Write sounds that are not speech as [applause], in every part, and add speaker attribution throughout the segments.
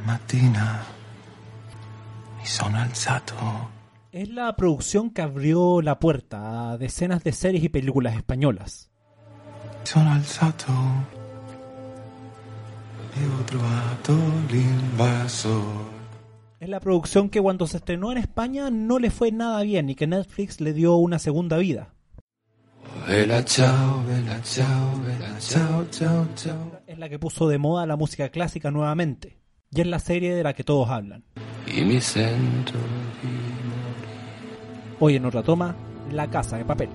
Speaker 1: mattina mi sono alzato.
Speaker 2: Es la producción que abrió la puerta a decenas de series y películas españolas.
Speaker 1: Mi sono alzato e ho trovato l'invasore.
Speaker 2: Es la producción que cuando se estrenó en España no le fue nada bien y que Netflix le dio una segunda vida.
Speaker 1: Vela ciao, vela ciao, vela ciao, ciao, ciao.
Speaker 2: Es la que puso de moda la música clásica nuevamente. Y es la serie de la que todos hablan.
Speaker 1: E mi sento di
Speaker 2: Hoy en otra toma, La Casa de Papel.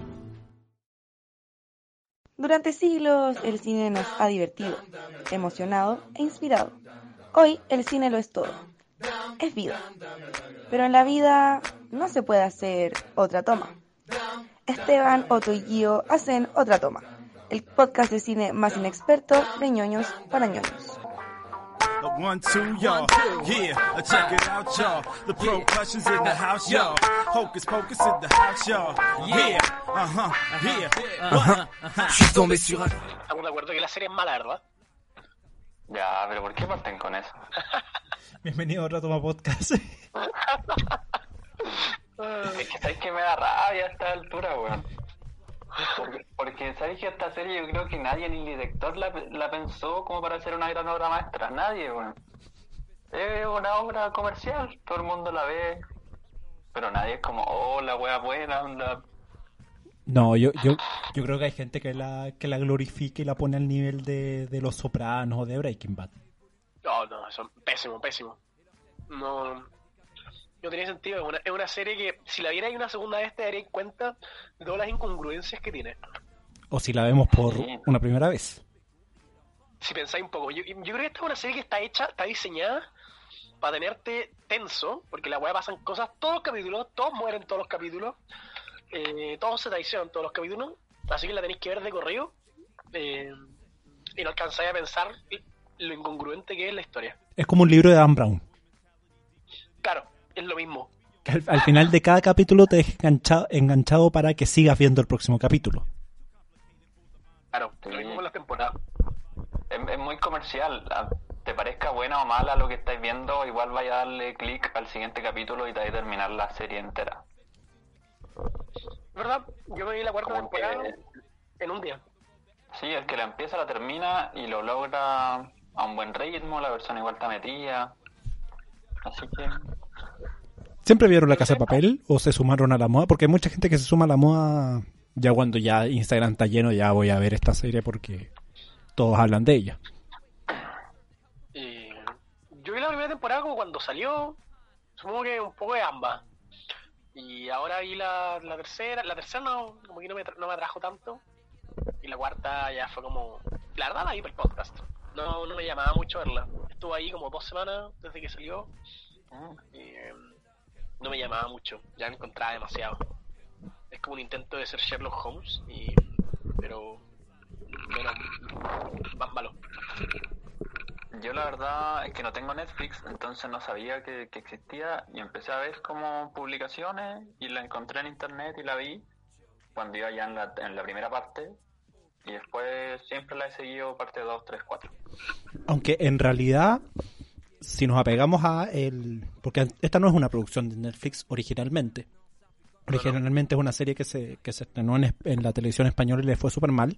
Speaker 3: Durante siglos el cine nos ha divertido, emocionado e inspirado. Hoy el cine lo es todo. Es vida. Pero en la vida no se puede hacer otra toma. Esteban, Otto y Guío hacen otra toma. El podcast de cine más inexperto de ñoños para ñoños.
Speaker 4: The one, two, y'all. Yeah, uh, check it out, y'all. The pro questions in the house, y'all. Hocus pocus in the house, y'all. Yeah, uh huh, yeah.
Speaker 5: Je suis tombé sur un.
Speaker 6: Estamos de acuerdo que la serie es mala, ¿verdad?
Speaker 7: Ya, pero ¿por qué parten con eso? [laughs]
Speaker 2: Bienvenido a otra toma podcast.
Speaker 7: Es que sabéis que me da rabia a esta altura, weón. Porque, porque sabéis que esta serie yo creo que nadie, ni el director, la, la pensó como para hacer una gran obra maestra. Nadie, weón. Es una obra comercial, todo el mundo la ve. Pero nadie es como, oh, la wea buena, onda.
Speaker 2: [laughs] No, yo, yo, yo creo que hay gente que la, que la glorifica y la pone al nivel de, de Los Sopranos o de Breaking Bad.
Speaker 6: No, no, son pésimos, pésimos. No, no tiene sentido. Es una, es una serie que, si la vierais una segunda vez, te darías cuenta de todas las incongruencias que tiene.
Speaker 2: O si la vemos por una primera vez.
Speaker 6: Si pensáis un poco, yo, yo creo que esta es una serie que está hecha, está diseñada para tenerte tenso, porque la weá pasan cosas todos los capítulos, todos mueren todos los capítulos, eh, todos se traicionan todos los capítulos, así que la tenéis que ver de corrido eh, y no alcanzáis a pensar lo incongruente que es la historia.
Speaker 2: Es como un libro de Dan Brown.
Speaker 6: Claro, es lo mismo.
Speaker 2: Que al, al final de cada capítulo te deja enganchado, enganchado para que sigas viendo el próximo capítulo.
Speaker 6: Claro, lo mismo en las temporadas.
Speaker 7: Es, es muy comercial. A- Te parezca buena o mala lo que estáis viendo, igual vaya a darle clic al siguiente capítulo y te vais a terminar la serie entera.
Speaker 6: ¿Verdad? Yo me vi la cuarta
Speaker 7: Como que-
Speaker 6: temporada en un día.
Speaker 7: Sí, el que la empieza la termina y lo logra a un buen ritmo, la persona igual está metida. Así que
Speaker 2: ¿Siempre vieron la casa de papel o se sumaron a la moda? Porque hay mucha gente que se suma a la moda ya cuando ya Instagram está lleno, ya voy a ver esta serie porque todos hablan de ella.
Speaker 6: Eh, yo vi la primera temporada como cuando salió, supongo que un poco de ambas. Y ahora vi la, la tercera, la tercera no, como que no me, tra- no me atrajo tanto. Y la cuarta ya fue como, la verdad la vi por el podcast. No, no me llamaba mucho verla. Estuvo ahí como dos semanas desde que salió. Y, eh, no me llamaba mucho, ya la encontraba demasiado. Es como un intento de ser Sherlock Holmes, y, pero menos, más malo.
Speaker 7: yo la verdad es que no tengo Netflix, entonces no sabía que, que existía y empecé a ver como publicaciones y la encontré en internet y la vi cuando iba ya en la, en la primera parte y después siempre la he seguido parte 2, 3, 4.
Speaker 2: Aunque en realidad, si nos apegamos a el... Porque esta no es una producción de Netflix originalmente. Originalmente es una serie que se, que se estrenó en, es- en la televisión española y le fue súper mal.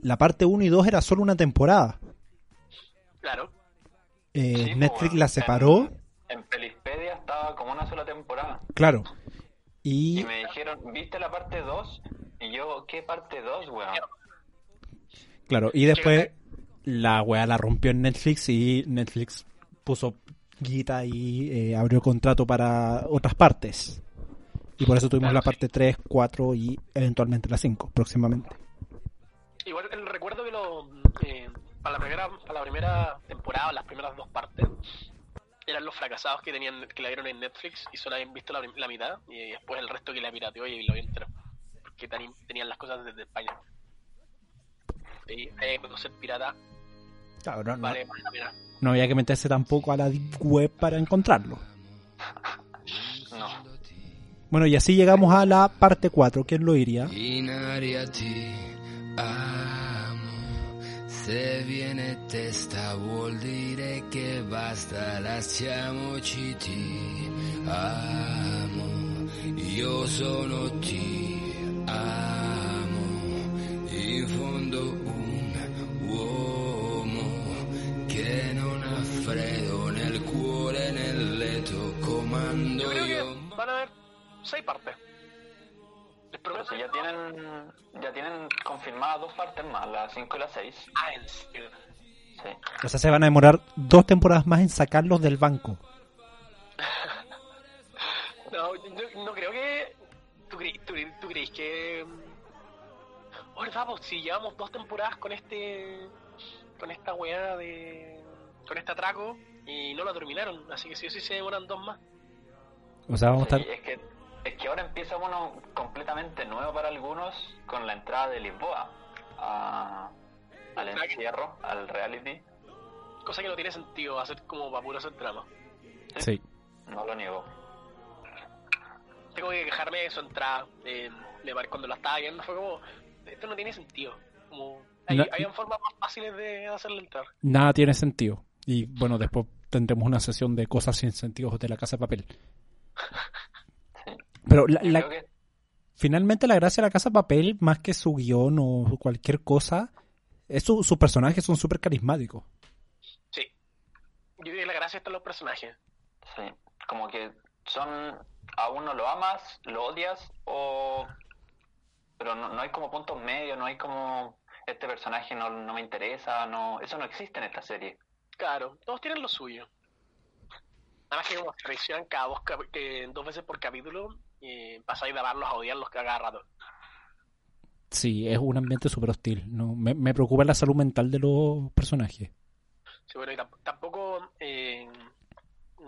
Speaker 2: La parte 1 y 2 era solo una temporada.
Speaker 6: Claro.
Speaker 2: Eh,
Speaker 7: Sí, pues,
Speaker 2: Netflix
Speaker 7: bueno,
Speaker 2: la
Speaker 7: en-
Speaker 2: separó,
Speaker 7: En, Pelispedia estaba como una sola temporada
Speaker 2: claro.
Speaker 7: y
Speaker 2: Y
Speaker 7: me dijeron, ¿viste la parte 2? Y yo, ¿qué parte 2, weón?
Speaker 2: Claro, y después la weá la rompió en Netflix y Netflix puso guita y eh, abrió contrato para otras partes. Y por eso tuvimos la parte 3, 4 y eventualmente la 5 próximamente.
Speaker 6: Igual el- recuerdo que lo, eh, para, la primera, para la primera temporada, las primeras dos partes, eran los fracasados que tenían que la vieron en Netflix y solo habían visto la, prim- la mitad y después el resto que la pirateó y lo vio entero. Porque tan- tenían las cosas desde España. Y eh, cuando ser pirata
Speaker 2: Cabrón, no,
Speaker 6: vale más la pena.
Speaker 2: no había que meterse tampoco a la deep web para encontrarlo.
Speaker 7: [laughs] No.
Speaker 2: Bueno, y así llegamos a la parte 4, ¿quién lo diría?
Speaker 5: In aria ti amo,
Speaker 1: Se viene testa vuol dire che basta, lasciamoci ti amo, io sono ti amo, in fondo un uomo che non ha freddo nel cuore, nel letto
Speaker 6: Yo
Speaker 1: comando
Speaker 6: creo
Speaker 1: io.
Speaker 6: que van a haber seis partes. El
Speaker 7: Pero si
Speaker 6: proceso
Speaker 7: ya tienen, ya tienen confirmadas dos partes más, la 5 y la 6.
Speaker 6: Ah, en serio.
Speaker 7: Sí.
Speaker 2: O sea, se van a demorar dos temporadas más en sacarlos del banco.
Speaker 6: No, yo no creo que. ¿Tú, cre- tú, cre- tú crees que.? mm, Oh, ¿Verdad? Pues si llevamos dos temporadas con este. Con esta weá de. Con este atraco y no la terminaron. Así que sí o sí se demoran dos más.
Speaker 2: O sea, vamos a
Speaker 7: Sí,
Speaker 2: estar...
Speaker 7: es, que, es que ahora empieza uno completamente nuevo para algunos con la entrada de Lisboa a- al encierro, al reality.
Speaker 6: Cosa que no tiene sentido hacer como para puro hacer drama.
Speaker 2: Sí.
Speaker 7: No lo niego.
Speaker 6: Tengo que quejarme de su entrada. eh, me pare- cuando la estaba viendo fue como. Esto no tiene sentido. Como. Hay,
Speaker 2: No-
Speaker 6: Habían formas más fáciles de hacerla entrar.
Speaker 2: Nada tiene sentido. Y bueno, después tendremos una sesión de cosas sin sentido de la casa de papel. Pero la-
Speaker 7: Yo
Speaker 2: la-
Speaker 7: creo que
Speaker 2: finalmente la gracia de la casa de papel, más que su guión o cualquier cosa, es su- sus personajes son súper carismáticos.
Speaker 6: Sí. Yo creo que la gracia está en los personajes.
Speaker 7: sí, como que son a uno lo amas, lo odias o pero no, no hay como puntos medios, no hay como este personaje no, no me interesa, no eso no existe en esta serie.
Speaker 6: Claro, todos tienen lo suyo. Nada más que como se traicionan cada dos, cap- eh, dos veces por capítulo, eh, pasáis de amarlos a odiarlos cada rato.
Speaker 2: Sí, es un ambiente súper hostil. ¿no? Me, me preocupa la salud mental de los personajes.
Speaker 6: Sí, bueno, y tam- tampoco, eh,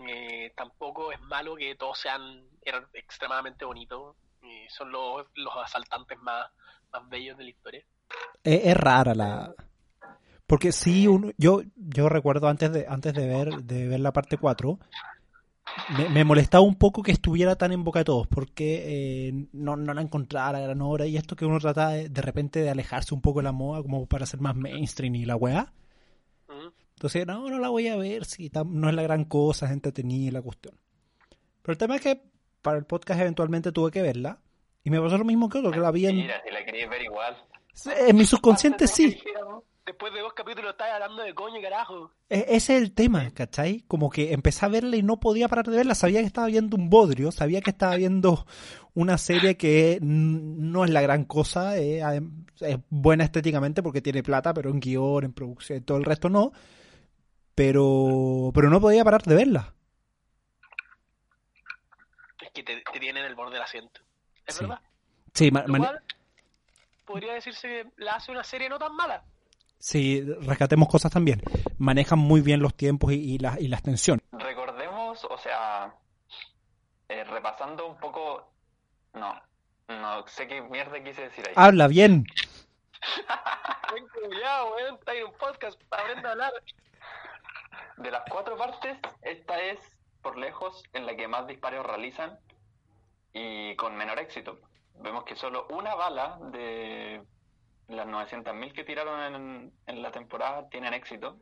Speaker 6: eh, tampoco es malo que todos sean er- extremadamente bonitos. eh, son los, los asaltantes más, más bellos de la historia.
Speaker 2: Es, es rara la. Porque sí, uno, yo, yo recuerdo antes de, antes de ver, de ver la parte 4, me, me molestaba un poco que estuviera tan en boca de todos, porque eh, no, no la encontraba a la gran hora, y esto que uno trata de, de repente de alejarse un poco de la moda como para ser más mainstream y la weá.
Speaker 6: Ujú.
Speaker 2: Entonces, no, no la voy a ver, si tam- no es la gran cosa, es entretenida la cuestión. Pero el tema es que para el podcast eventualmente tuve que verla, y me pasó lo mismo que otro, que la vi en,
Speaker 7: Mira, si la queréis ver igual.
Speaker 2: en mi subconsciente sí.
Speaker 6: Después de dos capítulos estás hablando de coño y carajo.
Speaker 2: E- Ese es el tema, ¿cachai? Como que empecé a verla y no podía parar de verla. Sabía que estaba viendo un bodrio, sabía que estaba viendo una serie que n- no es la gran cosa, eh, adem- es buena estéticamente porque tiene plata, pero en guión, en producción, en todo el resto no. Pero, pero no podía parar de verla.
Speaker 6: Es que te, te tienen el borde del asiento. Es
Speaker 2: Sí.
Speaker 6: verdad.
Speaker 2: Sí, ma-
Speaker 6: Lo
Speaker 2: mane-
Speaker 6: cual podría decirse que la hace una serie no tan mala.
Speaker 2: sí, rescatemos cosas también. Manejan muy bien los tiempos y, y las, y las tensiones.
Speaker 7: Recordemos, o sea, eh, repasando un poco, no, no sé qué mierda quise decir ahí.
Speaker 2: Habla bien.
Speaker 6: Buen culiao, weón. Está en un podcast, aprende a hablar.
Speaker 7: De las cuatro partes, esta es por lejos en la que más disparos realizan y con menor éxito. Vemos que solo una bala de las 900.000 que tiraron en, en la temporada tienen éxito.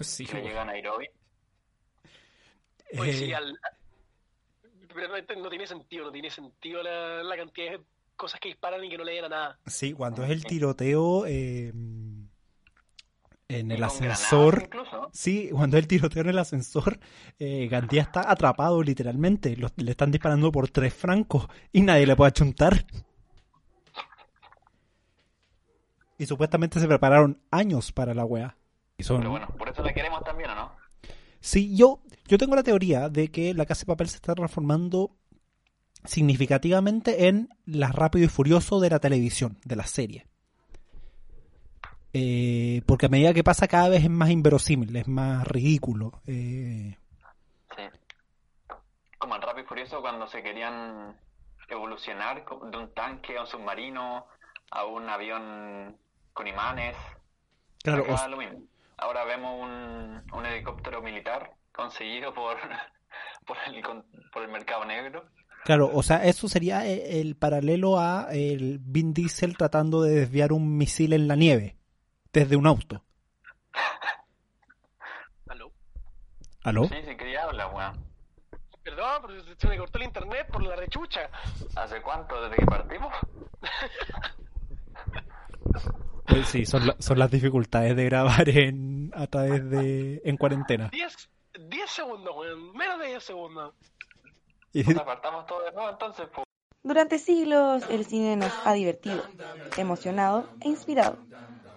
Speaker 2: Sí,
Speaker 7: que le llegan a Nairobi.
Speaker 2: Eh,
Speaker 6: Oye, sí, al- Pero no, no tiene sentido, no tiene sentido la, la cantidad de cosas que disparan y que no le llegan a nada.
Speaker 2: Sí, cuando es el tiroteo eh, en
Speaker 7: Y
Speaker 2: el
Speaker 7: con granadas
Speaker 2: ascensor.
Speaker 7: Incluso.
Speaker 2: Sí, cuando es el tiroteo en el ascensor, eh, Gandía está atrapado literalmente. Los- le están disparando por tres francos y nadie le puede achuntar. Y supuestamente se prepararon años para la weá. Y son-
Speaker 7: Pero bueno, por eso la queremos también, ¿o no?
Speaker 2: Sí, yo, yo tengo la teoría de que la Casa de Papel se está transformando significativamente en la Rápido y Furioso de la televisión, de la serie. Eh, porque a medida que pasa cada vez es más inverosímil, es más ridículo. Eh,
Speaker 7: Sí. Como en Rápido y Furioso cuando se querían evolucionar co- de un tanque a un submarino a un avión con imanes.
Speaker 2: claro,
Speaker 7: Acá
Speaker 2: o-
Speaker 7: lo mismo. Ahora vemos un, un helicóptero militar conseguido por, [laughs] por, el, con- por el mercado negro.
Speaker 2: claro, o sea, eso sería e- el, paralelo a el Vin Diesel tratando de desviar un misil en la nieve desde un auto. ¿Aló?
Speaker 7: Sí, sí, quería hablar, weón.
Speaker 6: Perdón, pero se- se me cortó el internet por la rechucha.
Speaker 7: ¿Hace cuánto? ¿Desde que partimos?
Speaker 2: Eh, Sí, son, la- son las dificultades de grabar en, a través de, en cuarentena.
Speaker 6: 10, 10 segundos, weón. Menos de 10 segundos.
Speaker 2: Y-
Speaker 7: Nos apartamos todos de nuevo entonces, pues.
Speaker 3: Durante siglos el cine nos ha divertido, emocionado e inspirado.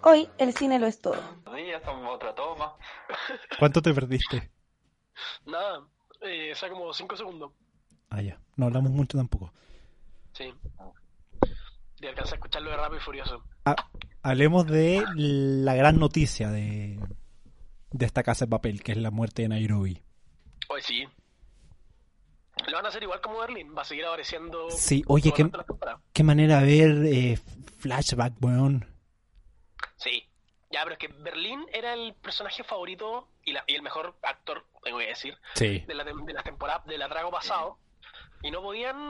Speaker 3: Hoy el cine lo es todo.
Speaker 7: Días, son otra toma.
Speaker 2: ¿Cuánto te perdiste?
Speaker 6: Nada. Eh, o sea, como 5 segundos.
Speaker 2: Ah, ya. No hablamos mucho tampoco.
Speaker 6: Sí. Y alcanza a escucharlo de rápido y furioso.
Speaker 2: Ha- hablemos de la gran noticia de, de esta casa de papel, que es la muerte de Nairobi.
Speaker 6: Hoy sí. Lo van a hacer igual como Berlín. Va a seguir apareciendo.
Speaker 2: Sí, oye,
Speaker 6: como
Speaker 2: qué,
Speaker 6: durante las temporadas.
Speaker 2: qué manera de ver eh, flashback, weón.
Speaker 6: Sí. Ya, pero es que Berlín era el personaje favorito y, la- y el mejor actor, tengo que decir,
Speaker 2: Sí.
Speaker 6: de la, tem- de la temporada, del atrago pasado. Y no podían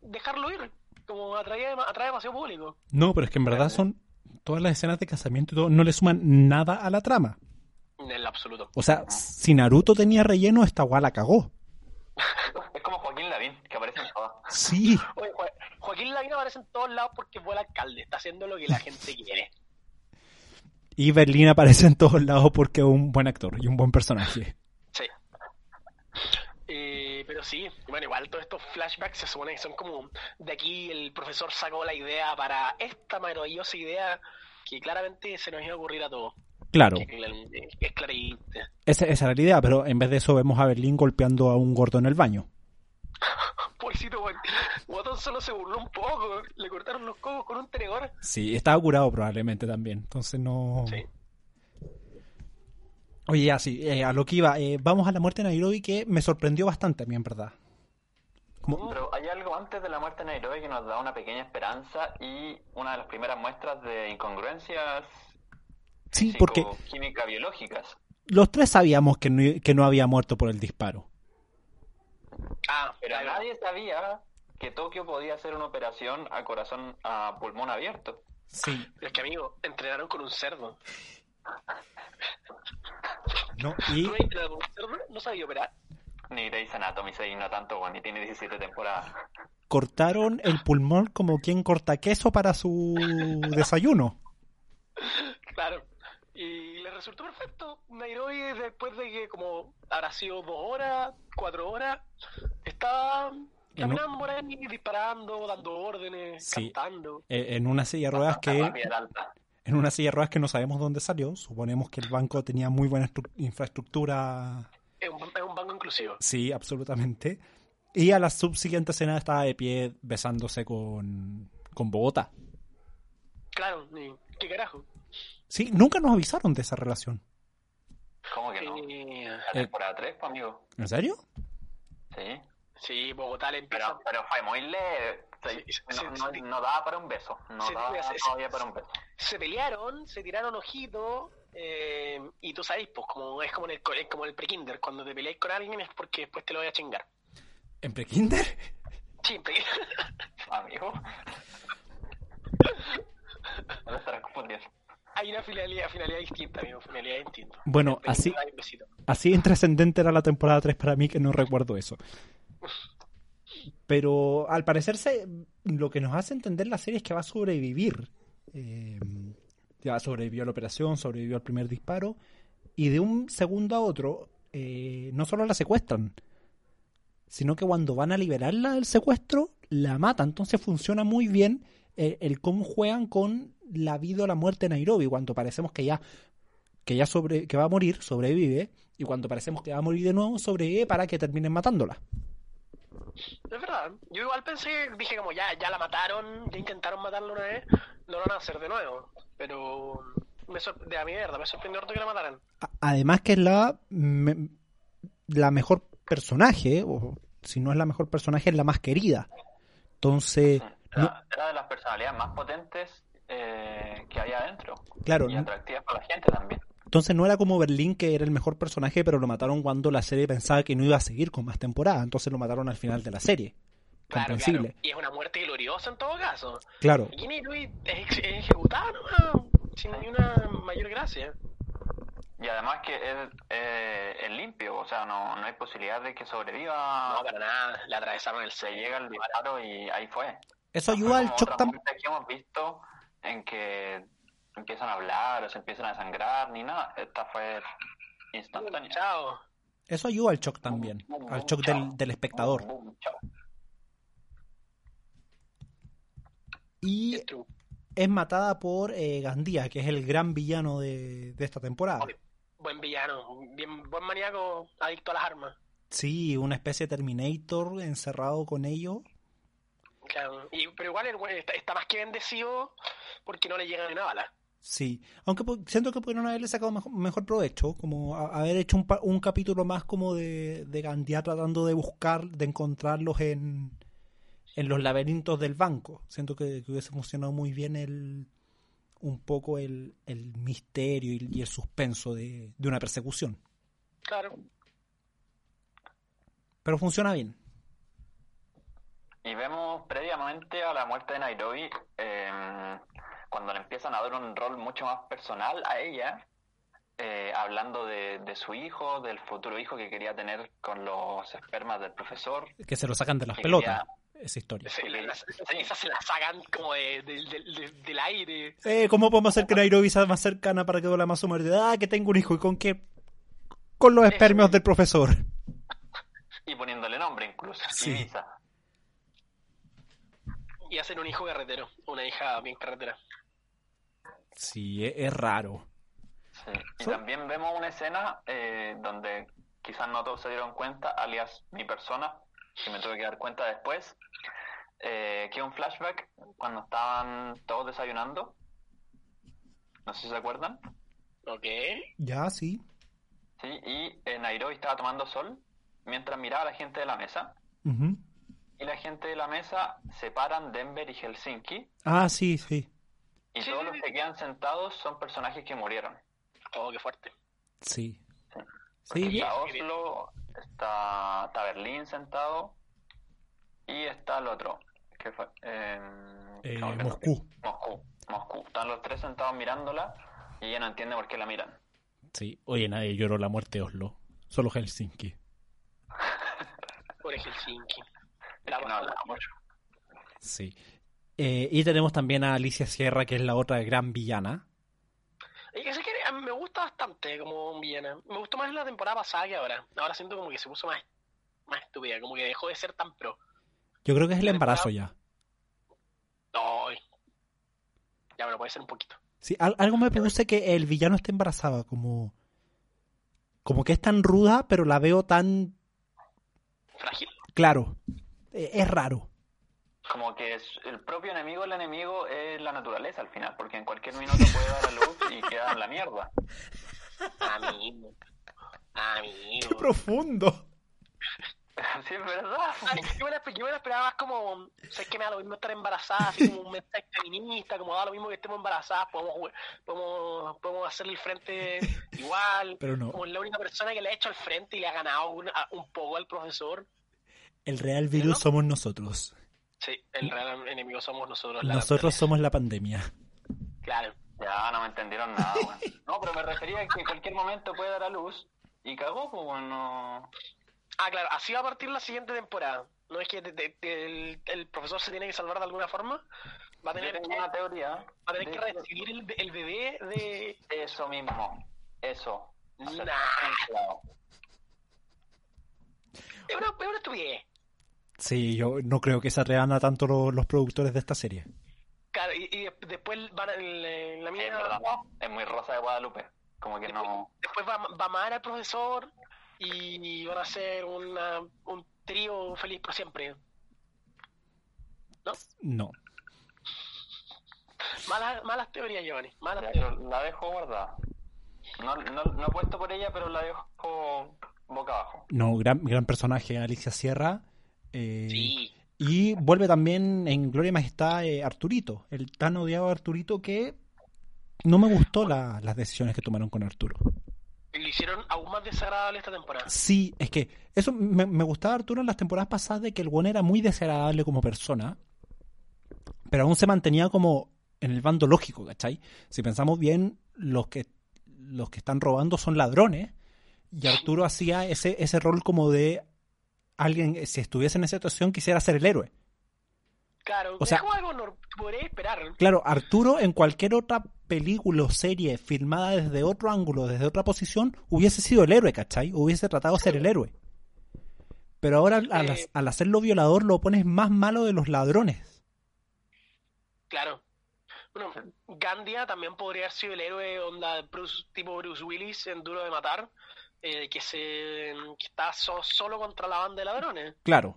Speaker 6: dejarlo ir. Como atraía, dema- atrae demasiado público.
Speaker 2: No, pero es que en verdad son todas las escenas de casamiento y todo, no le suman nada a la trama.
Speaker 6: En el absoluto.
Speaker 2: O sea, si Naruto tenía relleno, esta guá la cagó.
Speaker 7: Es como Joaquín Lavín, que aparece en todas.
Speaker 2: Sí.
Speaker 6: Oye, Jo- Joaquín Lavín aparece en todos lados porque fue el alcalde. Está haciendo lo que la gente quiere.
Speaker 2: Y Berlín aparece en todos lados porque es un buen actor y un buen personaje.
Speaker 6: Sí. Eh, pero sí, bueno, igual todos estos flashbacks se supone que son como de aquí el profesor sacó la idea para esta maravillosa idea que claramente se nos iba a ocurrir a todos.
Speaker 2: Claro,
Speaker 6: Que es clar- que es clarividente.
Speaker 2: esa, esa era la idea, pero en vez de eso vemos a Berlín golpeando a un gordo en el baño.
Speaker 6: Pobrecito, weón. Guatón solo se burló un poco. Le cortaron los cocos con un tenedor.
Speaker 2: Sí, estaba curado probablemente también, entonces no...
Speaker 6: Sí.
Speaker 2: Oye, ya sí, eh, a lo que iba, eh, vamos a la muerte de Nairobi que me sorprendió bastante a mí en verdad. Como-
Speaker 7: Pero hay algo antes de la muerte de Nairobi que nos da una pequeña esperanza y una de las primeras muestras de incongruencias
Speaker 2: sí, porque
Speaker 7: química biológicas.
Speaker 2: los tres sabíamos que no, que no había muerto por el disparo.
Speaker 6: Ah,
Speaker 7: Pero
Speaker 6: la verdad.
Speaker 7: nadie sabía que Tokio podía hacer una operación a corazón a pulmón abierto.
Speaker 2: Sí,
Speaker 6: Es que, amigo, entrenaron con un cerdo.
Speaker 2: [laughs] ¿no? Y
Speaker 6: ¿Tú no has entrenado con un cerdo? No sabía operar.
Speaker 7: Ni Grey's Anatomy se no tanto, bueno, y tiene 17 temporadas.
Speaker 2: cortaron el pulmón como quien corta queso para su desayuno.
Speaker 6: Claro. Y le resultó perfecto. Nairobi, después de que como habrá sido dos horas, cuatro horas, estaba caminando por ahí, disparando, dando órdenes,
Speaker 2: Sí.
Speaker 6: cantando.
Speaker 2: Eh, en una silla de ruedas que...
Speaker 7: Rápida, era alta.
Speaker 2: en una silla de ruedas que no sabemos dónde salió. Suponemos que el banco tenía muy buena estru- infraestructura.
Speaker 6: Es un, es un banco inclusivo.
Speaker 2: Sí, absolutamente. Y a la subsiguiente escena estaba de pie besándose con, con Bogotá.
Speaker 6: Claro, y- ¿qué carajo?
Speaker 2: Sí, nunca nos avisaron de esa relación.
Speaker 7: ¿Cómo que no?
Speaker 6: Eh,
Speaker 7: La temporada 3, amigo.
Speaker 2: ¿En serio?
Speaker 7: Sí.
Speaker 6: sí, Bogotá le empieza...
Speaker 7: Pero, pero fue muy leve. O sea,
Speaker 6: Sí, sí,
Speaker 7: no,
Speaker 6: sí,
Speaker 7: no-
Speaker 6: sí.
Speaker 7: no daba para un beso. No
Speaker 6: Sí,
Speaker 7: daba
Speaker 6: sí, sí, sí.
Speaker 7: todavía para un beso.
Speaker 6: se pelearon, se tiraron ojitos, eh, y tú sabes, pues como es como en el, co- es como en el pre-kinder, cuando te peleáis con alguien es porque después te lo voy a chingar.
Speaker 2: ¿En prekinder?
Speaker 6: Siempre.
Speaker 7: Amigo. No lo estarás confundiendo.
Speaker 6: [laughs] Hay una finalidad, finalidad distinta, amigo, finalidad distinta.
Speaker 2: Bueno,
Speaker 6: Pero
Speaker 2: así,
Speaker 6: hay un besito.
Speaker 2: así intrascendente era la temporada 3 para mí que no recuerdo eso. Pero al parecer se- lo que nos hace entender la serie es que va a sobrevivir. Eh, ya sobrevivió a la operación, sobrevivió al primer disparo. Y de un segundo a otro, eh, no solo la secuestran, sino que cuando van a liberarla del secuestro, la matan. Entonces funciona muy bien el, el cómo juegan con la vida o la muerte en Nairobi. Cuando parecemos que ya, que ya sobre, que va a morir, sobrevive. Y cuando parecemos que va a morir de nuevo, sobrevive para que terminen matándola.
Speaker 6: Es verdad. Yo igual pensé, dije como ya, ya la mataron, ya intentaron matarla una vez, no lo van a hacer de nuevo. Pero me sor- de a mi verdad, me sorprendió harto que la mataran.
Speaker 2: A- Además que es la, me- la mejor personaje, o si no es la mejor personaje, es la más querida. Entonces,
Speaker 7: Era,
Speaker 2: no-
Speaker 7: Ah, era de las personalidades más potentes eh, que había adentro.
Speaker 2: claro,
Speaker 7: Y atractivas para la gente también.
Speaker 2: entonces no era como Berlín que era el mejor personaje, pero lo mataron cuando la serie pensaba que no iba a seguir con más temporada, entonces lo mataron al final de la serie.
Speaker 6: Claro,
Speaker 2: Comprensible.
Speaker 6: claro. Y es una muerte gloriosa en todo caso.
Speaker 2: Claro.
Speaker 6: Y Kenny Luis es, ex- es ejecutado nomás, sin ni una mayor gracia.
Speaker 7: Y además que es, eh, es limpio, o sea, no, no hay posibilidad de que sobreviva.
Speaker 6: No, para nada. Le atravesaron el
Speaker 7: se
Speaker 6: sello.
Speaker 7: llega el disparo y ahí fue.
Speaker 2: Eso
Speaker 7: Fue
Speaker 2: ayuda al
Speaker 7: como
Speaker 2: shock
Speaker 7: otras
Speaker 2: también.
Speaker 7: muertes que hemos visto en que empiezan a hablar o se empiezan a sangrar ni nada. Esta fue instantánea.
Speaker 6: Chao.
Speaker 2: Eso ayuda al shock también.
Speaker 7: Boom,
Speaker 2: Al
Speaker 7: boom,
Speaker 2: shock
Speaker 7: chao.
Speaker 2: del, del espectador.
Speaker 7: Boom, boom, chao.
Speaker 2: Y es matada por eh, Gandía, que es el gran villano de, de esta temporada.
Speaker 6: Buen villano. Bien, buen maníaco adicto a las armas.
Speaker 2: Sí, una especie de Terminator encerrado con ellos.
Speaker 6: Claro. Y, pero igual el güey está, está más que bendecido porque no le llega ni una bala.
Speaker 2: Sí, aunque pu- siento que pudieron haberle sacado mejo- mejor, provecho, como a- haber hecho un, pa- un capítulo más como de, de Gandía tratando de buscar, de encontrarlos en, en los laberintos del banco. Siento que, que hubiese funcionado muy bien el un poco el, el misterio y, y el suspenso de, de una persecución.
Speaker 6: Claro.
Speaker 2: Pero funciona bien.
Speaker 7: Y vemos previamente a la muerte de Nairobi, eh, cuando le empiezan a dar un rol mucho más personal a ella, eh, hablando de, de su hijo, del futuro hijo que quería tener con los espermas del profesor.
Speaker 2: Que se lo sacan de las
Speaker 7: que
Speaker 2: pelotas,
Speaker 7: quería-
Speaker 2: esa historia.
Speaker 6: Se la- esas se la sacan como de- del- del- del- del aire.
Speaker 2: Eh, ¿Cómo podemos hacer que Nairobi sea más cercana para que duela más su muerte? Ah, que tengo un hijo. ¿Y con qué? Con los espermios del profesor.
Speaker 7: Y poniéndole nombre incluso,
Speaker 2: Sí.
Speaker 7: Ibiza.
Speaker 6: y hacen un hijo carretero, una hija bien carretera.
Speaker 2: Sí, e- es raro.
Speaker 7: Sí. Y
Speaker 2: So-
Speaker 7: también vemos una escena eh, donde quizás no todos se dieron cuenta, alias mi persona, que me tuve que dar cuenta después, eh, que es un flashback cuando estaban todos desayunando. No sé si se acuerdan.
Speaker 6: Ok.
Speaker 2: Ya, sí.
Speaker 7: Sí, y eh, Nairobi estaba tomando sol mientras miraba a la gente de la mesa.
Speaker 2: Ujú.
Speaker 7: Y la gente de la mesa separan Denver y Helsinki.
Speaker 2: Ah, sí, sí.
Speaker 7: Y
Speaker 6: Sí.
Speaker 7: todos los que quedan sentados son personajes que murieron.
Speaker 6: Oh, qué fuerte.
Speaker 2: Sí.
Speaker 7: Porque
Speaker 2: Sí,
Speaker 7: está Oslo, está, está Berlín sentado y está el otro, que fue eh,
Speaker 2: Eh,
Speaker 7: no, que no-
Speaker 2: Moscú.
Speaker 7: Moscú, Moscú. Están los tres sentados mirándola y ella no entiende por qué la miran.
Speaker 2: sí. Oye, nadie lloró la muerte de Oslo. Solo Helsinki.
Speaker 6: Por Helsinki.
Speaker 7: Es que no hablaba mucho.
Speaker 2: Sí. Eh, y tenemos también a Alicia Sierra, que es la otra gran villana.
Speaker 6: Y que sé que a mí me gusta bastante como villana. Me gustó más en la temporada pasada que ahora. Ahora siento como que se puso más, más estúpida, como que dejó de ser tan pro.
Speaker 2: Yo creo que es el embarazo ya.
Speaker 6: Ay. Ya, pero puede ser un poquito.
Speaker 2: Sí, al- algo me produce que el villano esté embarazada, como... Como que es tan ruda, pero la veo tan...
Speaker 6: Frágil.
Speaker 2: Claro. Eh, es raro.
Speaker 7: Como que es- el propio enemigo, el enemigo es la naturaleza al final, porque en cualquier minuto puede dar a luz y queda en la mierda. [laughs]
Speaker 6: Amigo. Amigo.
Speaker 2: profundo!
Speaker 7: Sí, es verdad.
Speaker 6: Ay, yo, me la, yo me la esperaba más como, sé que me da lo mismo estar embarazada, así como un mensaje feminista, como da lo mismo que estemos embarazadas, podemos, jugar- podemos, podemos hacerle el frente igual.
Speaker 2: Pero no.
Speaker 6: Como es la única persona que le ha hecho al frente y le ha ganado un, a- un poco al profesor.
Speaker 2: El real virus
Speaker 6: ¿No?
Speaker 2: somos nosotros.
Speaker 6: Sí, el real enemigo somos nosotros. la
Speaker 2: Nosotros somos la pandemia.
Speaker 6: naturaleza. Claro.
Speaker 7: Ya, no me entendieron nada, weón. No, pero me refería a que en cualquier momento puede dar a luz y cagó, pues, weón, no...
Speaker 6: Ah, claro, así va a partir la siguiente temporada. No es que de- de- el, el profesor se tiene que salvar de alguna forma. Va a
Speaker 7: Yo
Speaker 6: tener,
Speaker 7: tengo
Speaker 6: que-
Speaker 7: una
Speaker 6: va
Speaker 7: teoría.
Speaker 6: a tener
Speaker 7: de
Speaker 6: que recibir el, el bebé de...
Speaker 7: Eso mismo. Eso. Hacer
Speaker 6: Nah.
Speaker 7: un clavo.
Speaker 6: Es una, es una estupidez.
Speaker 2: Sí, yo no creo que se atrevan a tanto lo- los productores de esta serie.
Speaker 6: Claro, y, y de- después van a- el- la
Speaker 7: Es
Speaker 6: mina
Speaker 7: verdad. Es muy rosa de Guadalupe. Como que no.
Speaker 6: después va, va a amar al profesor y van a hacer una, un trío feliz por siempre.
Speaker 2: No.
Speaker 6: Malas, malas teorías, Giovanni. Malas
Speaker 7: Ya,
Speaker 6: teorías.
Speaker 7: pero La dejo guardada. No, no, no apuesto por ella, pero la dejo boca abajo.
Speaker 2: No, gran, gran personaje, Alicia Sierra. Eh,
Speaker 6: Sí.
Speaker 2: Y vuelve también en Gloria y Majestad eh, Arturito, el tan odiado Arturito que no me gustó la- las decisiones que tomaron con Arturo.
Speaker 6: Y Lo hicieron aún más desagradable esta temporada.
Speaker 2: Sí, es que eso me, me gustaba Arturo en las temporadas pasadas de que el buen era muy desagradable como persona, pero aún se mantenía como en el bando lógico, ¿cachai? Si pensamos bien, los que los que están robando son ladrones. Y Arturo hacía ese, ese rol como de alguien, si estuviese en esa situación, quisiera ser el héroe.
Speaker 6: Claro,
Speaker 2: O sea-
Speaker 6: es como algo nor- que podría esperar.
Speaker 2: Claro, Arturo en cualquier otra película o serie filmada desde otro ángulo, desde otra posición, hubiese sido el héroe, ¿cachai? Hubiese tratado de ser el héroe. Pero ahora al, al-
Speaker 6: Sí.
Speaker 2: al hacerlo violador lo pones más malo de los ladrones.
Speaker 6: Claro. Bueno, Gandia también podría haber sido el héroe onda Bruce- tipo Bruce Willis en Duro de Matar, eh, que se que está so- solo contra la banda de ladrones.
Speaker 2: Claro,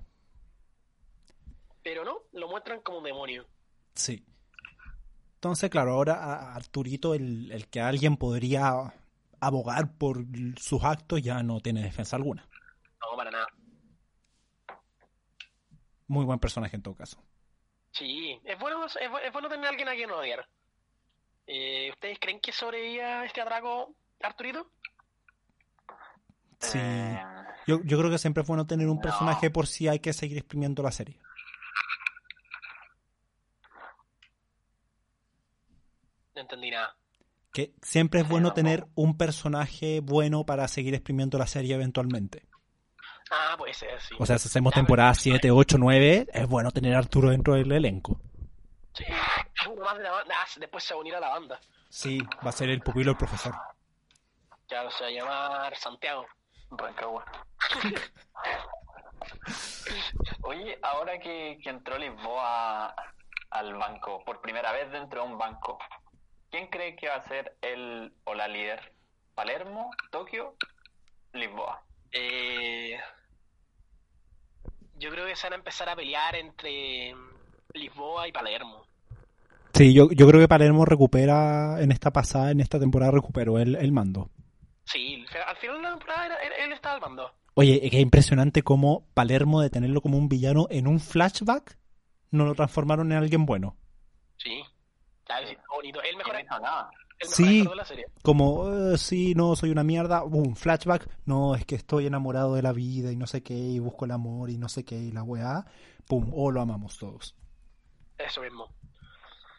Speaker 6: Pero no, lo muestran como un demonio.
Speaker 2: sí. Entonces, claro, ahora a- a Arturito, el, el que alguien podría abogar por sus actos, ya no tiene defensa alguna.
Speaker 6: No, para nada.
Speaker 2: Muy buen personaje en todo caso.
Speaker 6: Sí, es bueno, es, bu- es bueno tener a alguien a quien odiar. Eh, ¿Ustedes creen que sobrevivía este atraco Arturito?
Speaker 2: Sí.
Speaker 7: Eh,
Speaker 2: Yo, yo creo que siempre es bueno tener un personaje por si hay que seguir exprimiendo la serie.
Speaker 6: No entendí nada.
Speaker 2: que siempre es bueno
Speaker 7: Ajá.
Speaker 2: tener un personaje bueno para seguir exprimiendo la serie eventualmente.
Speaker 6: Ah, puede ser, sí.
Speaker 2: O sea, si hacemos temporada 7, 8, 9, es bueno tener a Arturo dentro del elenco.
Speaker 6: Sí, uno más de la banda. Ah, después se va a unir a la banda.
Speaker 2: Sí, va a ser el pupilo del profesor.
Speaker 6: Claro, se va a llamar Santiago.
Speaker 7: Rancagua. [laughs] Oye, ahora que, que entró Lisboa al banco, por primera vez dentro de un banco, ¿quién cree que va a ser el o la líder? ¿Palermo, Tokio, Lisboa?
Speaker 6: Eh, yo creo que se van a empezar a pelear entre Lisboa y Palermo.
Speaker 2: Sí, yo, yo creo que Palermo recupera en esta pasada, en esta temporada, recuperó el, el mando.
Speaker 6: Sí, al final de la temporada era- era- él estaba al mando.
Speaker 2: Oye, es que es impresionante cómo Palermo, de tenerlo como un villano en un flashback, no lo transformaron en alguien bueno.
Speaker 6: Sí. Claro, sí, bonito. El mejor, el
Speaker 7: ¿Quién hizo nada?
Speaker 6: mejor
Speaker 2: Sí.
Speaker 6: actor de la serie.
Speaker 2: Como, eh, sí, no, soy una mierda, un flashback, no, es que estoy enamorado de la vida y no sé qué, y busco el amor y no sé qué, y la weá, pum, oh, lo amamos todos.
Speaker 6: Eso mismo.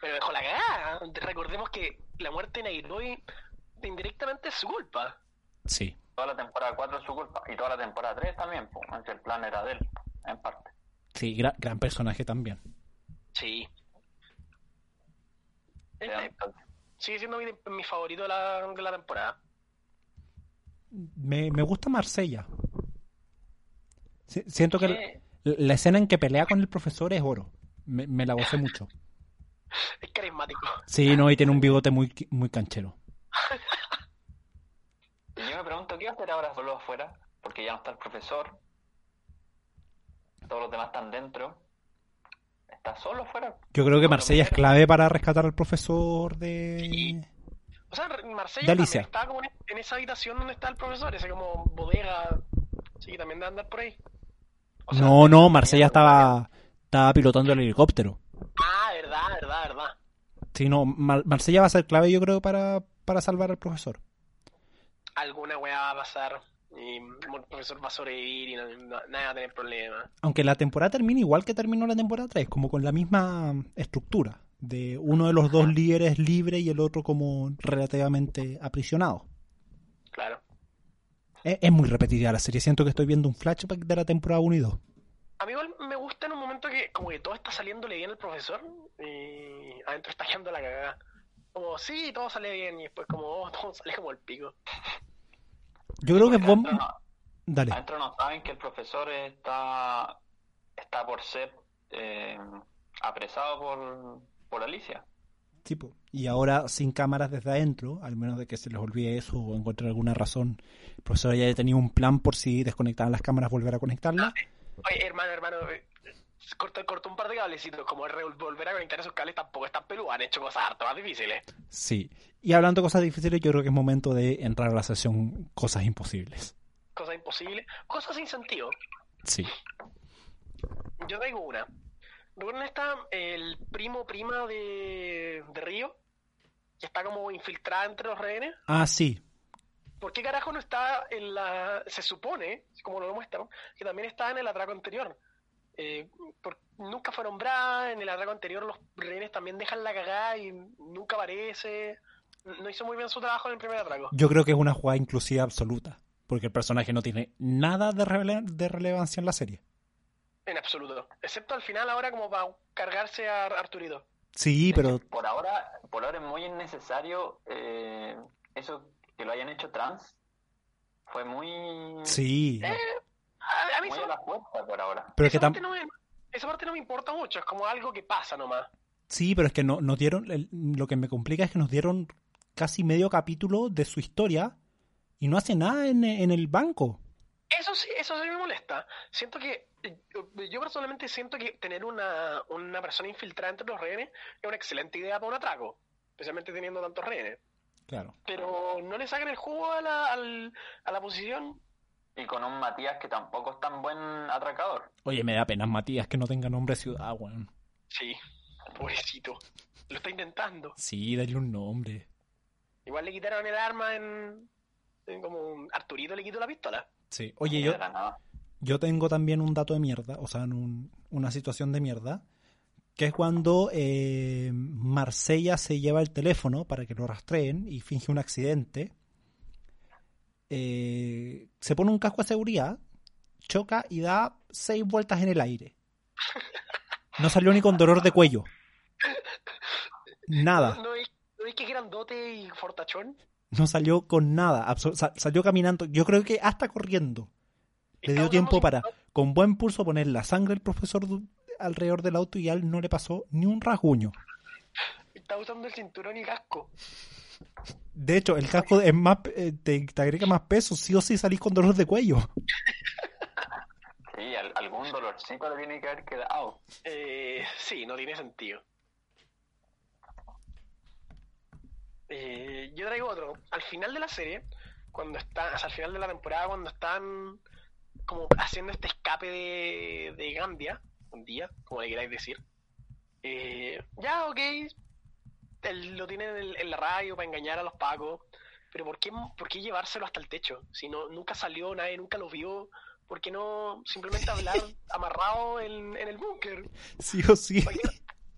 Speaker 6: Pero dejó la cagada. Recordemos que la muerte de Nairobi indirectamente es su culpa.
Speaker 2: Sí.
Speaker 7: Toda la temporada 4 es su culpa y toda la temporada 3 también, pues, aunque el plan era de él, en parte.
Speaker 2: Sí, gran, gran personaje también.
Speaker 6: Sí. Este
Speaker 7: Entonces,
Speaker 6: sigue siendo mi, mi favorito de la, de la temporada.
Speaker 2: Me, me gusta Marsella. Si- siento que la,
Speaker 6: Eh,
Speaker 2: la escena en que pelea con el profesor es oro. Me, me la gocé mucho.
Speaker 6: Es carismático.
Speaker 2: [laughs] Sí, no, y tiene un bigote muy, muy canchero.
Speaker 7: Y yo me pregunto, ¿qué va a hacer ahora solo afuera? Porque ya no está el profesor. Todos los demás están dentro. Está solo afuera.
Speaker 2: Yo creo que Marsella es clave para rescatar al profesor de...
Speaker 6: O sea, Marsella
Speaker 2: De
Speaker 6: también
Speaker 2: Alicia.
Speaker 6: estaba como en, en esa habitación donde está el profesor, ese como bodega. Sí, también debe andar por ahí. O sea,
Speaker 2: No, no, Marsella estaba, estaba pilotando el helicóptero.
Speaker 6: Ah, verdad, verdad, verdad.
Speaker 2: Sí, no, Mar- Marsella va a ser clave, yo creo, para, para salvar al profesor.
Speaker 6: Alguna weá va a pasar. Y el profesor va a sobrevivir y no, no- nadie va a tener problemas.
Speaker 2: Aunque la temporada termina igual que terminó la temporada 3, como con la misma estructura, de uno de los dos líderes libre y el otro como relativamente aprisionado.
Speaker 6: Claro.
Speaker 2: Es, es muy repetitiva la serie, siento que estoy viendo un flashback de la temporada 1 y 2.
Speaker 6: A mí igual me gusta en un momento que como que todo está saliéndole bien al profesor y adentro está quedando la cagada. Como, sí, todo sale bien y después como, oh, [laughs] todo sale como el pico.
Speaker 2: Yo creo que es bom...
Speaker 7: Adentro no,
Speaker 2: Dale.
Speaker 7: adentro no saben que el profesor está, está por ser eh, apresado por, por Alicia.
Speaker 2: Tipo, y ahora sin cámaras desde adentro, al menos de que se les olvide eso o encontrar alguna razón, el profesor ya tenía un plan por si desconectaban las cámaras, volver a conectarlas.
Speaker 6: Oye, hermano, hermano, eh, cortó, cortó un par de cablecitos, como revol- volver a conectar esos cables tampoco es tan peludo, han hecho cosas harto más difíciles.
Speaker 2: Sí. Y hablando de cosas difíciles, yo creo que es momento de entrar a la sesión Cosas Imposibles.
Speaker 6: Cosas imposibles, cosas sin sentido.
Speaker 2: Sí.
Speaker 6: Yo traigo una. ¿Recuerdan está el primo prima de, de Río? Que está como infiltrada entre los rehenes.
Speaker 2: Ah, sí.
Speaker 6: ¿Por qué carajo no está en la... Se supone, como lo muestran, que también está en el atraco anterior. Eh, por- nunca fue nombrada, en el atraco anterior los rehenes también dejan la cagada y nunca aparece. no hizo muy bien su trabajo en el primer atraco.
Speaker 2: Yo creo que es una jugada inclusiva absoluta, porque el personaje no tiene nada de, rele- de relevancia en la serie.
Speaker 6: En absoluto. Excepto al final ahora como para cargarse a Arturito.
Speaker 2: Sí, pero
Speaker 7: Por ahora, por ahora es muy innecesario eh, eso que lo hayan hecho trans. Fue muy,
Speaker 2: [laughs] sí.
Speaker 6: A, a mí
Speaker 7: muy
Speaker 6: eso,
Speaker 7: a la fuerza por ahora.
Speaker 2: Pero es
Speaker 6: esa
Speaker 2: que tam-
Speaker 6: parte Eh, no me, esa parte no me importa mucho, es como algo que pasa nomás.
Speaker 2: Sí, pero es que no, nos dieron, el- lo que me complica es que nos dieron casi medio capítulo de su historia y no hace nada en, en el banco.
Speaker 6: Eso sí, eso sí me molesta. Siento que, eh, yo personalmente siento que tener una, una persona infiltrada entre los rehenes es una excelente idea para un atraco, especialmente teniendo tantos rehenes.
Speaker 2: Claro.
Speaker 6: Pero no le sacan el jugo a la, al- a la posición.
Speaker 7: Y con un Matías que tampoco es tan buen atracador.
Speaker 2: Oye, me da pena, Matías, que no tenga nombre de ciudad, weón.
Speaker 6: Sí, pobrecito. Lo está intentando.
Speaker 2: Sí, dale un nombre.
Speaker 6: Igual le quitaron el arma en, en como un Arturito le quitó la pistola.
Speaker 2: Sí. Oye,
Speaker 7: Y
Speaker 2: yo,
Speaker 7: de la nada.
Speaker 2: yo tengo también un dato de mierda, o sea, en un- una situación de mierda, que es cuando eh, Marsella se lleva el teléfono para que lo rastreen y finge un accidente. Eh, se pone un casco de seguridad, choca y da seis vueltas en el aire. No salió ni con dolor de cuello. Nada,
Speaker 6: ¿No es, no es que grandote y fortachón?
Speaker 2: no salió con nada. absol- sa- salió caminando, yo creo que hasta corriendo. Le dio
Speaker 6: Estamos
Speaker 2: tiempo
Speaker 6: hablando
Speaker 2: para, con buen pulso, poner la sangre del profesor du- alrededor del auto y a él no le pasó ni un rasguño.
Speaker 6: Está usando el cinturón y casco.
Speaker 2: De hecho, el casco es más, eh, te, te agrega más peso, sí o sí salís con dolor de cuello. [laughs]
Speaker 7: Sí, al- algún dolorcito le tiene que haber quedado. [laughs]
Speaker 6: Eh, sí, no tiene sentido. Eh, yo traigo otro. Al final de la serie, cuando están, o sea, al final de la temporada, cuando están como haciendo este escape de, de Gambia, un día, como le queráis decir, eh, ya, ok, el- lo tienen en, en la radio para engañar a los pacos, pero ¿por qué, ¿por qué llevárselo hasta el techo? Si no, nunca salió nadie, nunca lo vio, ¿por qué no simplemente hablar amarrado en, en el búnker?
Speaker 2: Sí o sí.
Speaker 6: ¿Para qué,